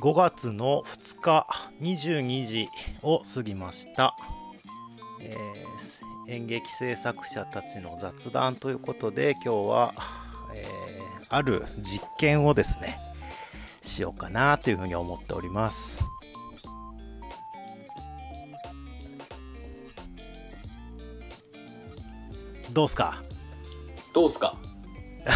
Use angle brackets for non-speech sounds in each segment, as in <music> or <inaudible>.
5月の2日22時を過ぎました、えー演劇制作者たちの雑談ということで今日は、えーある実験をですねしようかなというふうに思っておりますどうすかどうすか <laughs> 回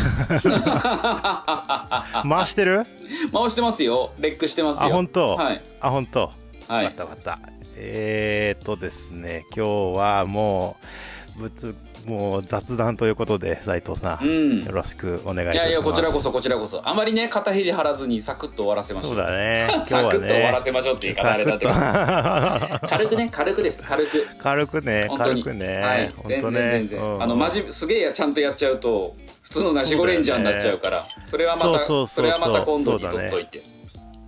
してる回してますよレックしてますよあ本当はいあ本当はわかっいたわかった。えー、っとですね、今日はもう、ぶつ、もう雑談ということで、斉藤さ、うんんいよろしくお願いいたします。やいやこちらこそこちらこそあまりね肩肘張らずにサクッと終わらせましょそううだね。今日 <laughs> サはクッと終わらね。せましょうって言い方あれだってサクッと <laughs> 軽くね軽くです軽く軽くね、本当軽にくね。はい本全当然ね全然、うんあのマジすげえやちゃんとやっちゃうと普通のナシゴレンジャーになっちゃうからそ,、れはまたそうそうそうそうれはまた今度そにうだ取ねっといて、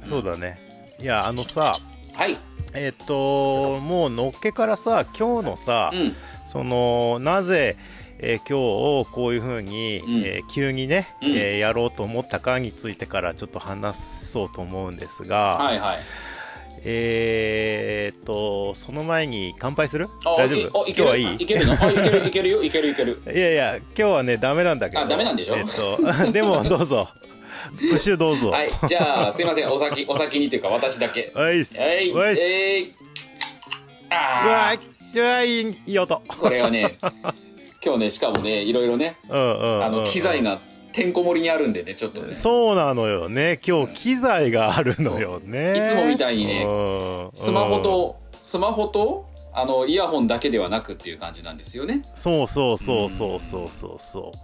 そうだね。いや、あのさ、はいえーっと、もうのっけからさ、今日のさ、うんそのなぜ、えー今日こういうふうに、んえー急にね、うんえーやろうと思ったかについてからちょっと話そうと思うんですが、はいはいえーっとその前に乾杯するあ大丈い夫あい今日はいいけるいけるのあいけるいけるよいけるいけるいやいや今日はねダメなんだけどあダメなんでしょえーっと <laughs> でもどうぞプッシュどうぞはいじゃあすいませんお先お先にというか私だけはいっすはいはいっすえい、うわああうわいいいい音これはね今日ねしかもねいろいろねうんうんうんあの機材がてんこ盛りにあるんでねちょっとねそうなのよね今日機材があるのよねそういつもみたいにねうんスマホとスマホとあのイヤホンだけではなくっていう感じなんですよねそうそうそうそうそうそうそう。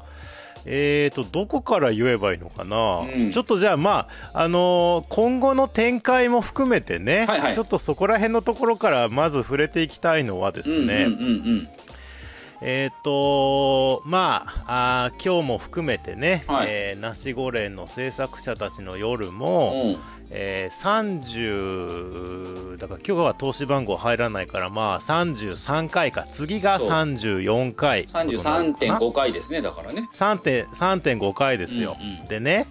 えーとどこから言えばいいのかな、うんちょっとじゃあまああのー今後の展開も含めてね、はいはいちょっとそこら辺のところからまず触れていきたいのはでうすんね、うんうんえっ、とまああー今日も含めてね、はいえーナシゴレンの制作者たちの夜うも、んうんえー30だから今日は投資番号入らないからまあ33回か次がそう34回33.5回ですねだからね3.5回ですよ、うんうんでね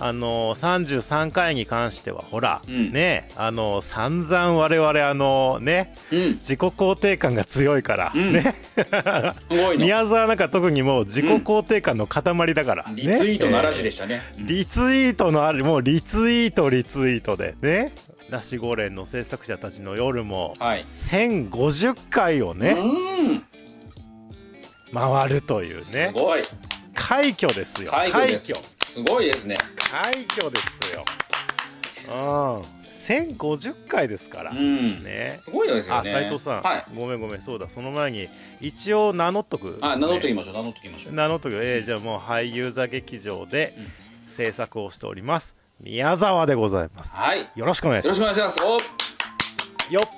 あのー33回に関してはほら、うんねあのー散々我々あのねうん自己肯定感が強いから、うんねすごいの宮沢なんか特にもう自己肯定感の塊だから、リツイートならししでしたね、うんリツイートのあるもうリツイートリツイートでねナシゴレンの制作者たちの夜もはい1050回をうね、ん回るというすねごい快挙ですよ快挙ですよすごいですね快挙ですよ。うん、1050回ですから。うんね。すごいですよあ、ね斉藤さん、はいごめんごめん、そうだ、その前に一応名乗っとく、あ名乗っときねましょう名乗っときましょう名乗っとく、えーじゃあもう俳優座劇場でうん制作をしております。宮沢でございます。はいよよろしくお願いしろましくお願いしますおす。よっ。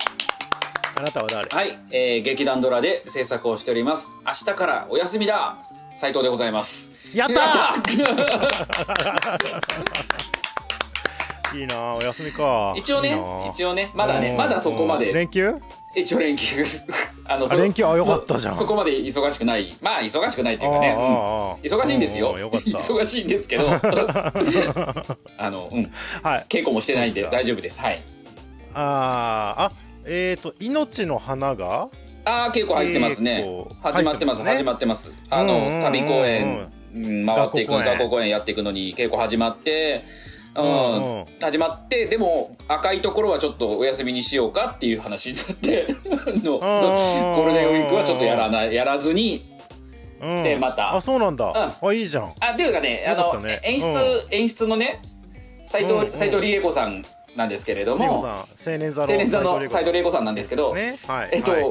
あなたは誰？はい、えー、劇団ドラで制作をしております明日からお休みだ斉藤でございますやったーー。いいなー、お休みか。 <laughs> 一応いいねなー一応ねまだうねんまだそこまうんで連休？ <laughs> 一応連休 <laughs> あのあ連休あよかったじゃんそそこまで忙しくないまあ忙しくないっていうかあーねあーあうんー忙しいんですよううよかった <laughs> 忙しいんですけど <laughs> あのうんはい。稽古もしてないんでそうですか大丈夫ですはいあーあえっ、ー、と「命の花が」ああ稽古入ってますね稽古始まってま入すって始ままってますあうんうんうんうのん旅公演うん回っていく学校公演学校公演やっていくのに稽古始まってううんうんん始まってでも赤いところはちょっとお休みにしようかっていう話になって <laughs> あのゴんうんールデンウィークはちょっとやらないやらずにうんでまたあそうなんだ、あいいじゃんあっていうかねあよかったのね演出う演出のね斎うんうん藤斎藤理恵子さんなんですけれどリコもさん青年座青の年座の斎藤理恵子さんなんですけどねはいえっと、はい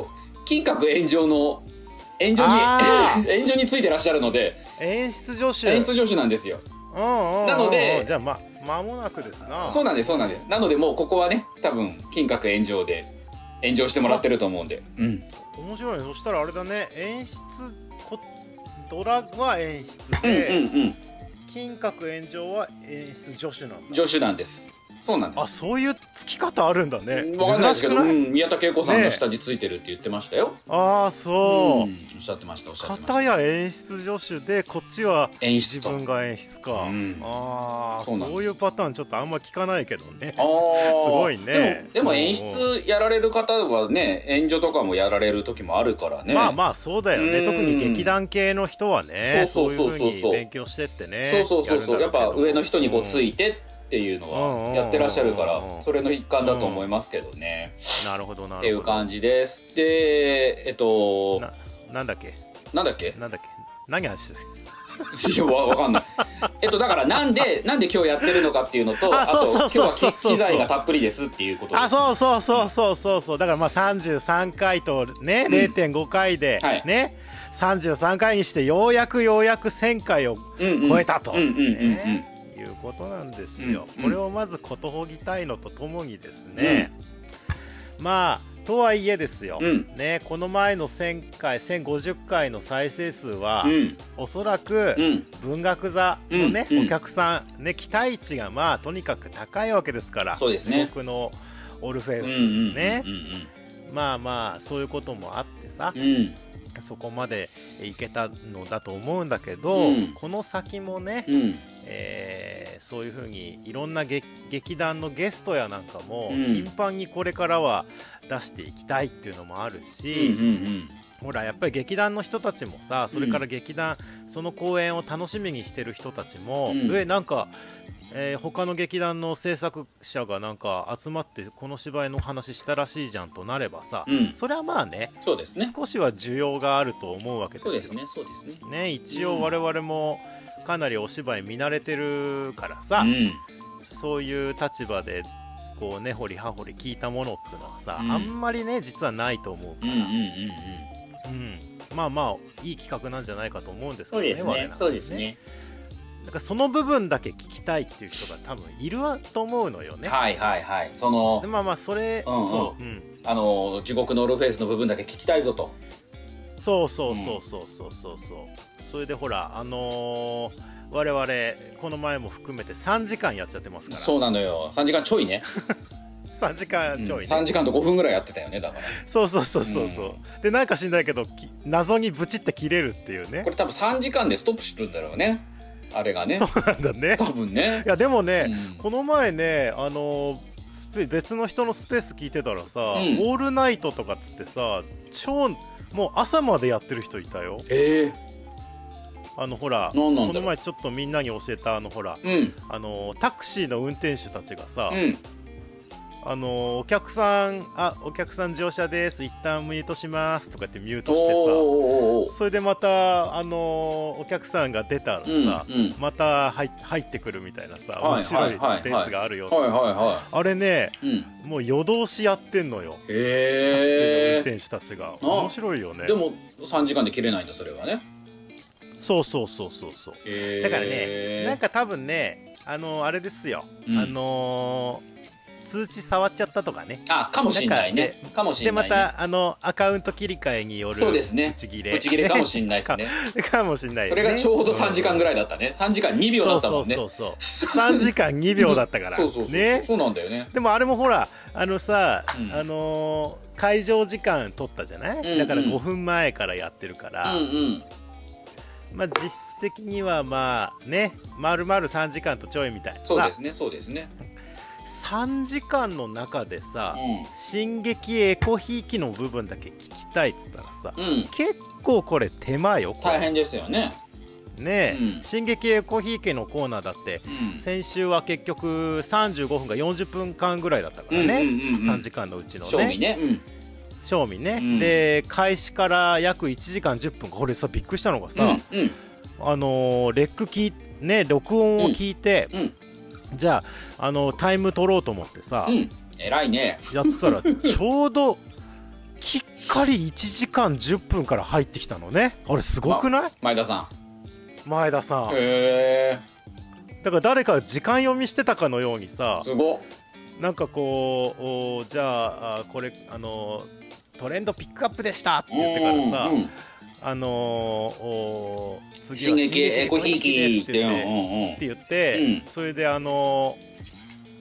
金閣炎上の炎あ上に <laughs> 炎上についてらっしゃるので演出助手演出助手なんですようんうんうんうんなのでじゃあま間もなくですなそうなんですそうなんですなのでもうここはね多分金閣炎上で炎上してもらってると思うんで、うん、面白いねそしたらあれだね演出こドラは演出うんうんで、うん金閣炎上は演出助手なんだ助手なんですそうなんであすそういうつき方あるんだねうんわかんないですけど、珍しくないうん、宮田恵子さんの下地ついてるって言ってましたよ、ああそう、ん、おっしゃってましたおっしゃってました片や演出助手でこっちは演自出と分が演出か、うんああそうそなんですういうパターンちょっとあんま聞かないけどねあーすごいねでもでも演出やられる方はね援助とかもやられる時もあるからねまあまあそうだよねうん特に劇団系の人はねそそううそうそうそういうふうに勉強してってねそうそうそうそうやっぱ上の人にこうついいてっていうのうんはやってらっしゃるかうんうんうらんそれの一環だと思いますけどねなるほどなっていう感じじですでえっとななんだっけなんだっけ <laughs> なんだっけ何話してるいやわわかんないえっとだからなんでなんで今日やってるのかっていうのとああとそ今う日そうはそうそうき機材がたっぷりですっていうことですあそうそうそうそうそうそうだからまあ33回とねうん0.5回ではいね、33回にしてようやくようやく1,000回をうんうん超えたとうんうんうんうんねいうことなんですよ。うんこれをまずことほぎたいのとともにですね、まあとはいえですよ、うんね、この前の1,000回1,050回の再生数は、うんおそらくうん文学座のね、うんうんお客さん、ね、期待値がまあとにかく高いわけですからそうですね地獄のオルフェウうんス、うんねうんまあまあそういうこともあってさ、うんうんそこまでいけたのだと思うんだけど、うんこの先もね、うんえーそういうふうにいろんな劇劇団のゲストやなんかもうん頻繁にこれからは出していきたいっていうのもあるうし、んほらやっぱり劇団の人たちもさそれから劇団、その公演を楽しみにしてる人たちも、うんえなんか、えー他の劇団の制作者がなんか集まってこの芝居の話したらしいじゃんとなればさ、うんうんそれはまあねそうですね少しは需要があると思うわけですそようですねそうですねね一応我々もかなりお芝居見慣れてるからさ、うんそういう立場でこう根掘り葉掘り聞いたものっていうのはさ、うんあんまりね実はないと思ううかんら、うんうんうんうんまあまあいい企画なんじゃないかと思うんですけそうどねです我ね々そうですねだからその部分だけ聞きたいっていう人が多分いるわと思うのよね、はいはいはいそのでまあまあそれ、うんうんそう、うん、あの地獄のオールフェイスの部分だけ聞きたいぞとそうそうそうそうそうそうそうそれでほらあのー我々この前も含めて3時間やっちゃってますからそうなのよ3時間ちょいね3時間ちょい、ね3時間と5分ぐらいやってたよねだからそうそうそうそうそう、でなんか知んないけどき謎にブチって切れるっていうねこれ多分3時間でストップしてるんだろうねあれがねそうなんだね多分 <laughs> ねいやでもね、うんこの前ねあのースペ別の人のスペース聞いてたらさ、うんオールナイトとかっつってさ超もう朝までやってる人いたよえあのほらえなんなんこのだろう前ちょっとみんなに教えたあのほらうんあのータクシーの運転手たちがさ、うんあのーお客さんあお客さん乗車です一旦ミュートしますとかってミューおトーしてさおーおーおーそれでまた、あのーお客さんが出たらさ、うんうんまた入っ入ってくるみたいなさ、はい面白いはいはいスペースがあるよ、はいはいはあれねいうんもう夜通しやってんのよタクシーの運ええ転手たちが、あ面白いよねでも3時間で切れないんだそれはねそうそうそうそうそうええだからねなんか多分ねあのーあれですよ、うんあのー通知触っちゃったとかねあかもしんないねなんかもしでんなまいねたあのアカウント切り替えによるそうですねブチギレぶち切れかもしんない <laughs> ですねかもしんないよそねれがちょうど3時間ぐいらいだったね3時間2秒だったもんねそうそうそうそう3時間2秒だったからそうそうそうねそうなんだよねでもあれもほらあのさ、うんあのー会場時間取ったじゃない、んうんだから5分前からやってるかうんら、うんまあ実質的にはまあねまるまる3時間とちょいみたいなそうですねそうですね3時間の中でさ「う進撃エコひいき」の部分だけ聞きたいっつったらさ、んうん結構これ手間よこれ大変ですよねねえ、うん進撃エコひいき」のコーナーだってうん先週は結局35分か40分間ぐらいだったからね、うんうんうんうん3時間のうちのね賞味ねうん賞味ね、うんで開始から約1時間10分これさびっくりしたのがさ、うんうんあのーレック聞いね録音を聞いて、うんじゃあ、あのータイム取ろうと思ってさ、うん偉いねやって <laughs> たらちょうどきっかり1時間10分から入ってきたのねあれすごくない前田さ前田さんんへえだから誰か時間読みしてたかのようにさすごっなんかこうおーじゃああーこれあのートレンドピックアップでしたって言ってからさ、うんうんあのー、おー次進は撃エコひい進撃きですっっててうん言うってんうんって言ってうそれであの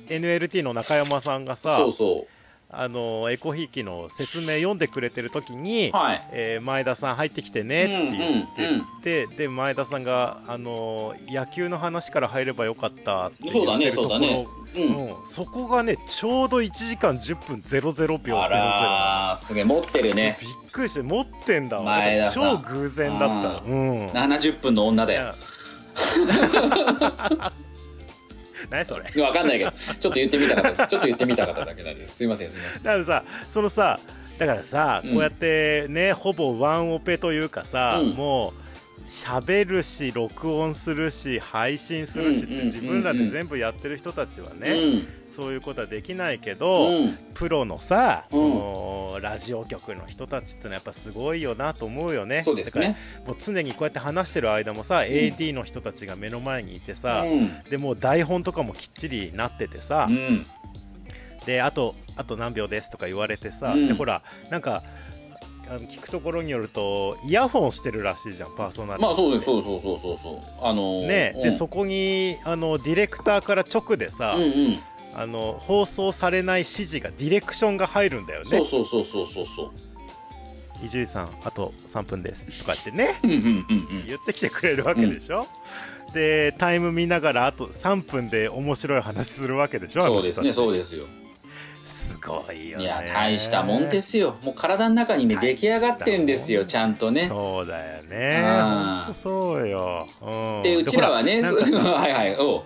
NLT の中山さんがさそうそあのエコひいきの説明読んでくれてる時にう。はい。えー前田さん入ってきてねって言ってて、で前田さんが、あのー野球の話から入ればよかったって言そうだってね、るとそうこだろね。うん。うん、そこがねちょうど1時間10分00秒あ00らー、すげえ、持ってるね。びっくりして持ってんだわ前田さ超ん偶然だったううんい70分の女だよ。や <laughs> 何それわかんないけど、ちょっと言ってみたかった。ちょっと言ってみたかっただけなんです。すいません、すいません。だからさそのさだからさ、うんこうやってねほぼワンオペというかさ、うんもう喋るし録音するし配信するしっうんうんうんてうん自分らで全部やってる人たちはね、そういうことはできないけど、うん。うん。プロのさ、うんそのラジオ局の人たちってのはやっぱすごいよなと思うよね。そうですね。だからもう常にこうやって話してる間もさ、AD の人たちが目の前にいてさ、うん。でもう台本とかもきっちりなっててさ、うん。であとあと何秒ですとか言われてさ、うんでほらなんかあの聞くところによるとイヤホンしてるらしいじゃんパーソナリティまあそうです、うそうそうそうそうそう。あのー、ねうんでそこにあのディレクターから直でさ、うんうん。あの放送されない指示がディレクションが入るんだよそうねそうそうそうそうそう。伊集院さんあと3分ですとかってねうんうんうん言ってきてくれるわけでしょ、でタイム見ながらあと3分で面白い話するわけでしうん。ょそうですね、うそうですよ。すごいよいねや、大したもんですよ。もう体の中にね、出来上がってんですよ、ちゃんとね。そうだよねうん本当そうよ、うん、で、うちらはね、ほなそなんか <laughs> はいはい、おう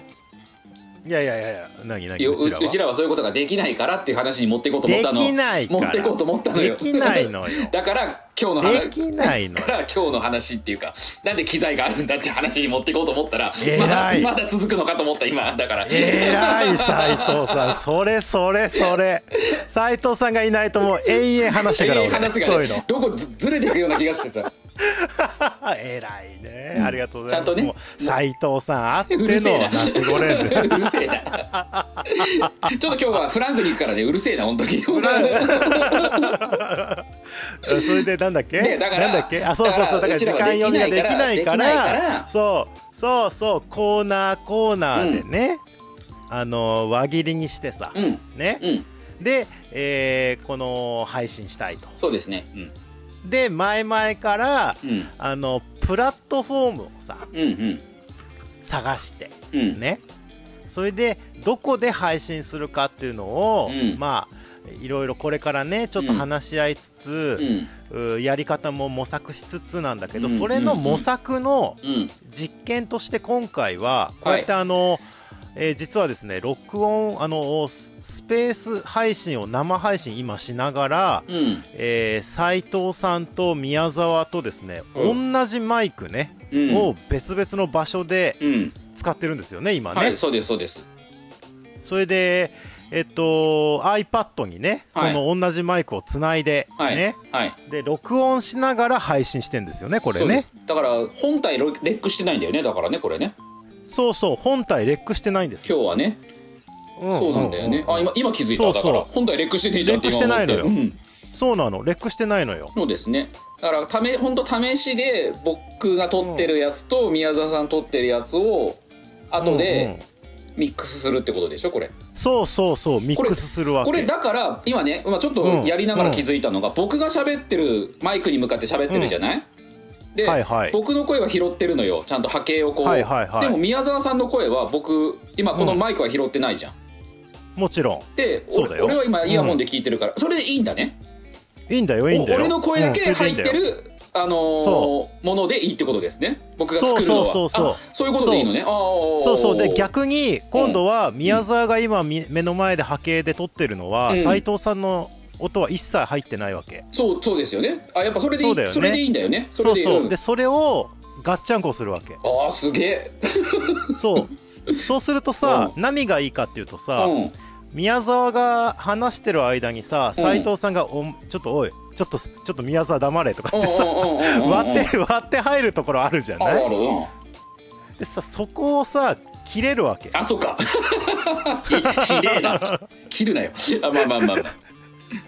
いやいやいやいや何何ようちうらはうちらはそういうことができないからっていう話に持っていこうと思ったでの。きないか持らっていこうと思ったのでよ。きないのよ <laughs> だから、今日の話。できないのだよから今日の話っていうか、なんで機材があるんだって話に持っていこうと思ったら、まだ偉いまだ続くのかと思った今、だから。えらい斎藤さんそれそれそれ斎藤さんがいないともう永遠話してからえ俺ー話がそうねいうの <laughs> どこずずれていくような気がしてさえらいね、ありがとうございますちゃんとねもう斎藤さんあってうるせえのなナシゴレンで <laughs> うるせえな <laughs> ちょっと今日はフランクに行くからねうるせえな本当にえそれでなんだっけでだからなんだっけあそうそうそうだからだから時間読みができないからできないからそうそうそうコーナーコーナーでね、あの輪切りにしてさ、うんね、うんで、えーこの配信したいとそうですねうんで前々からうんあのプラットフォームをさうん探してうんうんねそれでどこで配信するかっていうのを、うんまあいろいろこれからねちょっと話し合いつつ、うんうやり方も模索しつつなんだけど、うんそれの模索のうん実験として今回はこうやってあの、えー実はですね録音あのススペース配信を生配信今しながら、うんえー斉藤さんと宮沢とですね、う同じマイクね、うんを別々の場所でうん使ってるんですよね今ね、はいそうですそうですそれでえっと iPad にねそはいの同じマイクをつないで、はいねはいで録音しながら配信してんですよねこれそうでねすだから本体ロレックしてないんだよねだからねこれねそうそう本体レックしてないんですよ今日はねそうなんだよねあ今今気づいたそうだそうから本体レックしてねえじゃんって今レックしてないのよ思ってうんそうなのレックしてないのよそうですねだからため本当試しで僕が撮ってるやつと宮沢さん撮ってるやつを後うんうでんミックスするってことでしょこれそうそうそうミックスするわけこれだから今ねまあちょっとやりながら気づいたのが、僕が喋ってるマイクに向かって喋ってるじゃない、で、はいはい僕の声は拾ってるのよちゃんと波形をこう、はいはいはいでも宮沢さんの声は僕今このマイクは拾ってないじゃん、もちろでそうだ俺よ俺は今イヤホンで聞いてるから、それでいいんだねんいいんだよいいんだよ俺の声だけうんそれ入でいいんだってよる、あのーそものでいいってことですね僕が作るのはそうそうそうそうあそういうことでいいのねああそうそうで逆に今度は宮沢が今み目の前で波形で撮ってるのはうん斉藤さんの音は一切入ってないわけそうそうですよねあやっぱそれでいいそうそ,、だよねれでいいんだよねそそれうでそうんうでそれをガッチャンコするわけああすげえそう <laughs> そうするとさ何がいいかっていうとさうん宮沢が話してる間にさうん斉藤さんがお「ちょっとおいちょっとちょっと宮沢黙れ」とかってさ割割って割って入るところあるじゃあなるあいるうんでさそこをさ切れるわけ <laughs> あそうかひひでえな切るなよあまあまあまあまあ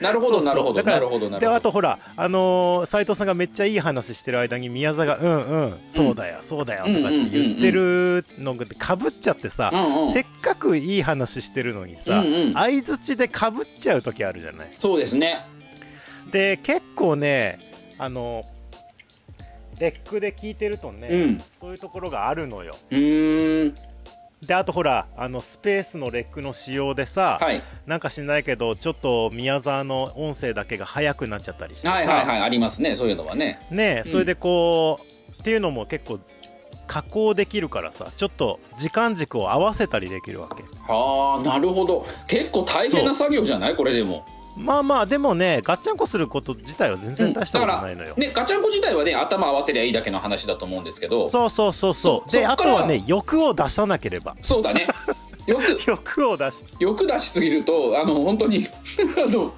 なるほそうそどうなるほどだからなるほどなるでほあどとほらあの斎、斉藤さんがめっちゃいい話してる間に宮沢が「うんうんそうだよ、そうだよ」とかって言ってるのがかぶっちゃってさ、うんうんせっかくいい話してるのにさ、うんうん相づちでかぶっちゃう時あるじゃないそうですねで結構ねあのレックで聞いてるとね、うんそういうところがあるのようーんであとほらあのスペースのレックの仕様でさ、はいなんか知んないけどちょっと宮沢の音声だけが速くなっちゃったりしてさ、はいはいはいありますねそういうのはねねうんそれでこう、っていうのも結構加工できるからさちょっと時間軸を合わせたりできるわけああなるほど結構大変な作業じゃないこれでもまあまあでもねガッチャンコすること自体は全然大したことないのよ、ねガチャンコ自体はね頭合わせりゃいいだけの話だと思うんですけどそうそうそうそうそでそっあかとらはね欲を出さなければそうだねよく欲を出し欲出しすぎるとあの本当に <laughs> あの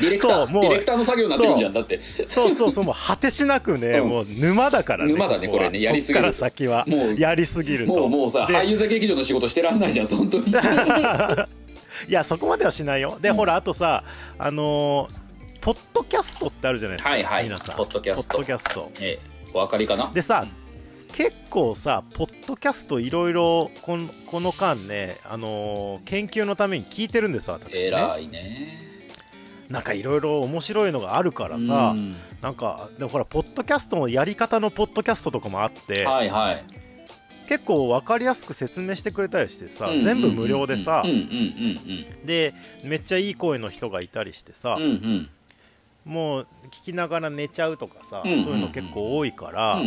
ディレクタそうーもうディレクターの作業になってくんじゃんだってそうそうそうもう果てしなくね、うんもう沼だからね沼だねはこれねやりすぎるこっから先はもうやりすぎるともうもうさで俳優座劇場の仕事してらんないじゃん本当にいやそこまではしないよで、うんほらあとさあのーポッドキャストってあるじゃないですか、はいはい皆さんポッドキャストポッドキャストええお分かりかなでさ結構さポッドキャストいろいろこのこの間ね、あのー研究のために聞いてるんです私えねらいねなんかいろいろ面白いのがあるからさ、うんなんかでもほらポッドキャストのやり方のポッドキャストとかもあって、はいはい結構分かりやすく説明してくれたりしてさ、うん全部無料でさ、うんうんでめっちゃいい声の人がいたりしてさうんうん、うんうんもう聞きながら寝ちゃうとかさ、うんうんうんそういうの結構多いから、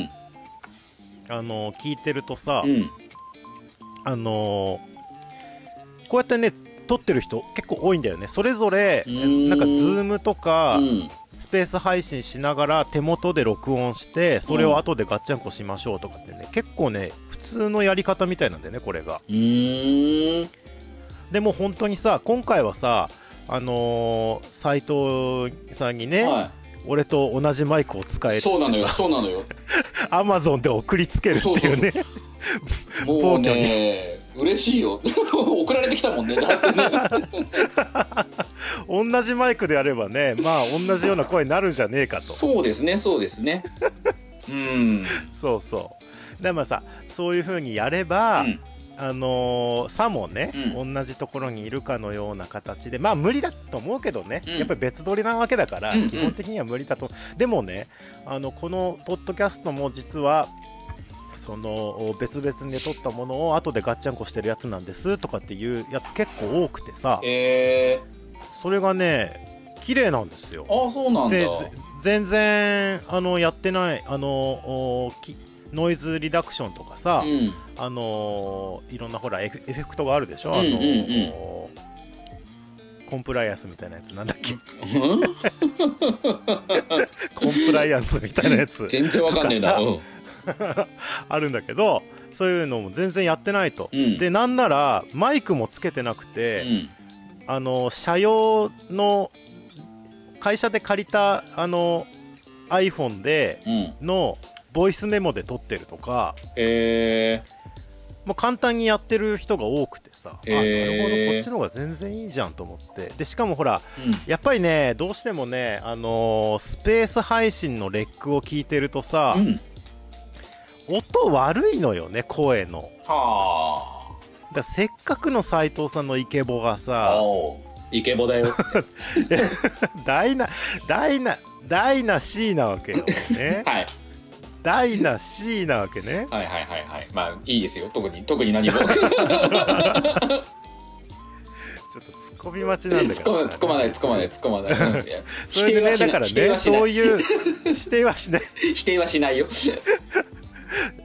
あの聞いてるとさ、うんうんあのこうやってね撮ってる人結構多いんだよねそれぞれうーんなんかズームとかうんスペース配信しながら手元で録音してそれを後でガッチャンコしましょうとかってね結構ね普通のやり方みたいなんだよねこれがうーんでも本当にさ今回はさあの斎斉藤さんにね、は俺と同じマイクを使えいってそうな <laughs> のよそうなのよアマゾンで送りつけるっていうねもうね嬉しいよ <laughs> 送られてきたもんねだってね同じマイクでやればねまあ同じような声になるんじゃねえかとそうですねそうですねうんそうそうでもさそういう風にやれば、うんあのーさもね、う同じところにいるかのような形でまあ無理だと思うけどね、うんやっぱり別撮りなわけだから、うんうん基本的には無理だと思うでもねあのこのポッドキャストも実はその別々で撮ったものを後でガッチャンコしてるやつなんですとかっていうやつ結構多くてさえそれがね綺麗なんですよー、ああそうなんだでぜ全然あのやってないあのおきノイズリダクションとかさ、うんあのいろんなほらエフエフェクトがあるでしょ、うんうんうんあのコンプライアンスみたいなやつなんだっ <laughs> けうんコンプライアンスみたいなやつ全然わかんねえなとうんあるんだけどそういうのも全然やってないと、うんでなんならマイクもつけてなくうて、んあの社用の会社で借りたあの iPhone でうんのボイスメモで撮ってるとか、えまあ、簡単にやってる人が多くてさ、へーあなるほどこっちの方が全然いいじゃんと思ってでしかもほらー、うんやっぱりねどうしてもね、あのースペース配信のレックを聞いてるとさ、うん、音悪いのよね声のはだからせっかくの斉藤さんのイケボがあさおイケボだよダイナダイナダイナ C なわけよ <laughs> ねはいダイナ C なわけねはいはいはいはいまあいいですよ特に特に何も突ちょっと突っ込み待ちなんだけど、っ込まない突っ込まない突っ込まないうんいや <laughs> そ否れで定はねしだかないら否定ねはしなそういいう否定はしない否定はしないよ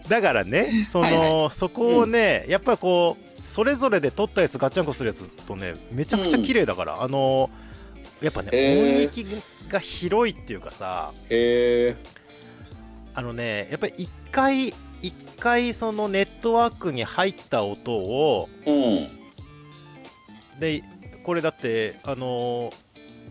だからねその、はいそこをね、やっぱりこうそれぞれで撮ったやつガチャンコするやつとねめちゃくちゃ綺麗だから、あのやっぱね、へ音ー域が広いっていうかさへえあのねやっぱり一回一回そのネットワークに入った音をうんでこれだってあの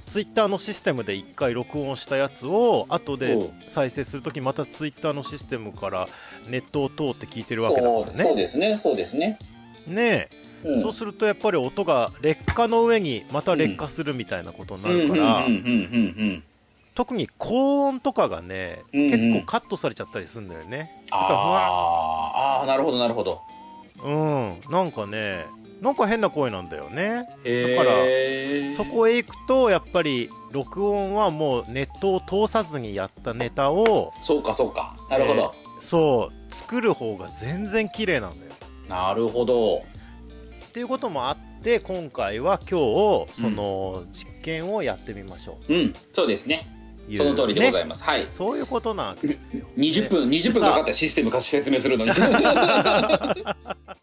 ツイッターのシステムで1回録音したやつを後おでう再生するときまたツイッターのシステムからネットを通って聞いてるわけだかそらうそうね。ですねそうですねねえうんそうするとやっぱり音が劣化の上にまた劣化するみたいなことになるから、うんうんうんうんうんうん特に高音とかがね、うんうん結構カットされちゃったりするんだよねだからふわあーあーなるほどなるほどうんなんかねなんか変な声なんだよねへだからえそこへ行くとやっぱり録音はもうネットを通さずにやったネタをそうかそうかなるほど、そう作る方が全然綺麗なんだよなるほどっていうこともあって今回は今日その実験をやってみましょうんそうですねう、その通りでございいます、はいますそういう <laughs> ことなわけですよ <laughs> 20分20分かかったシステムか説明するのには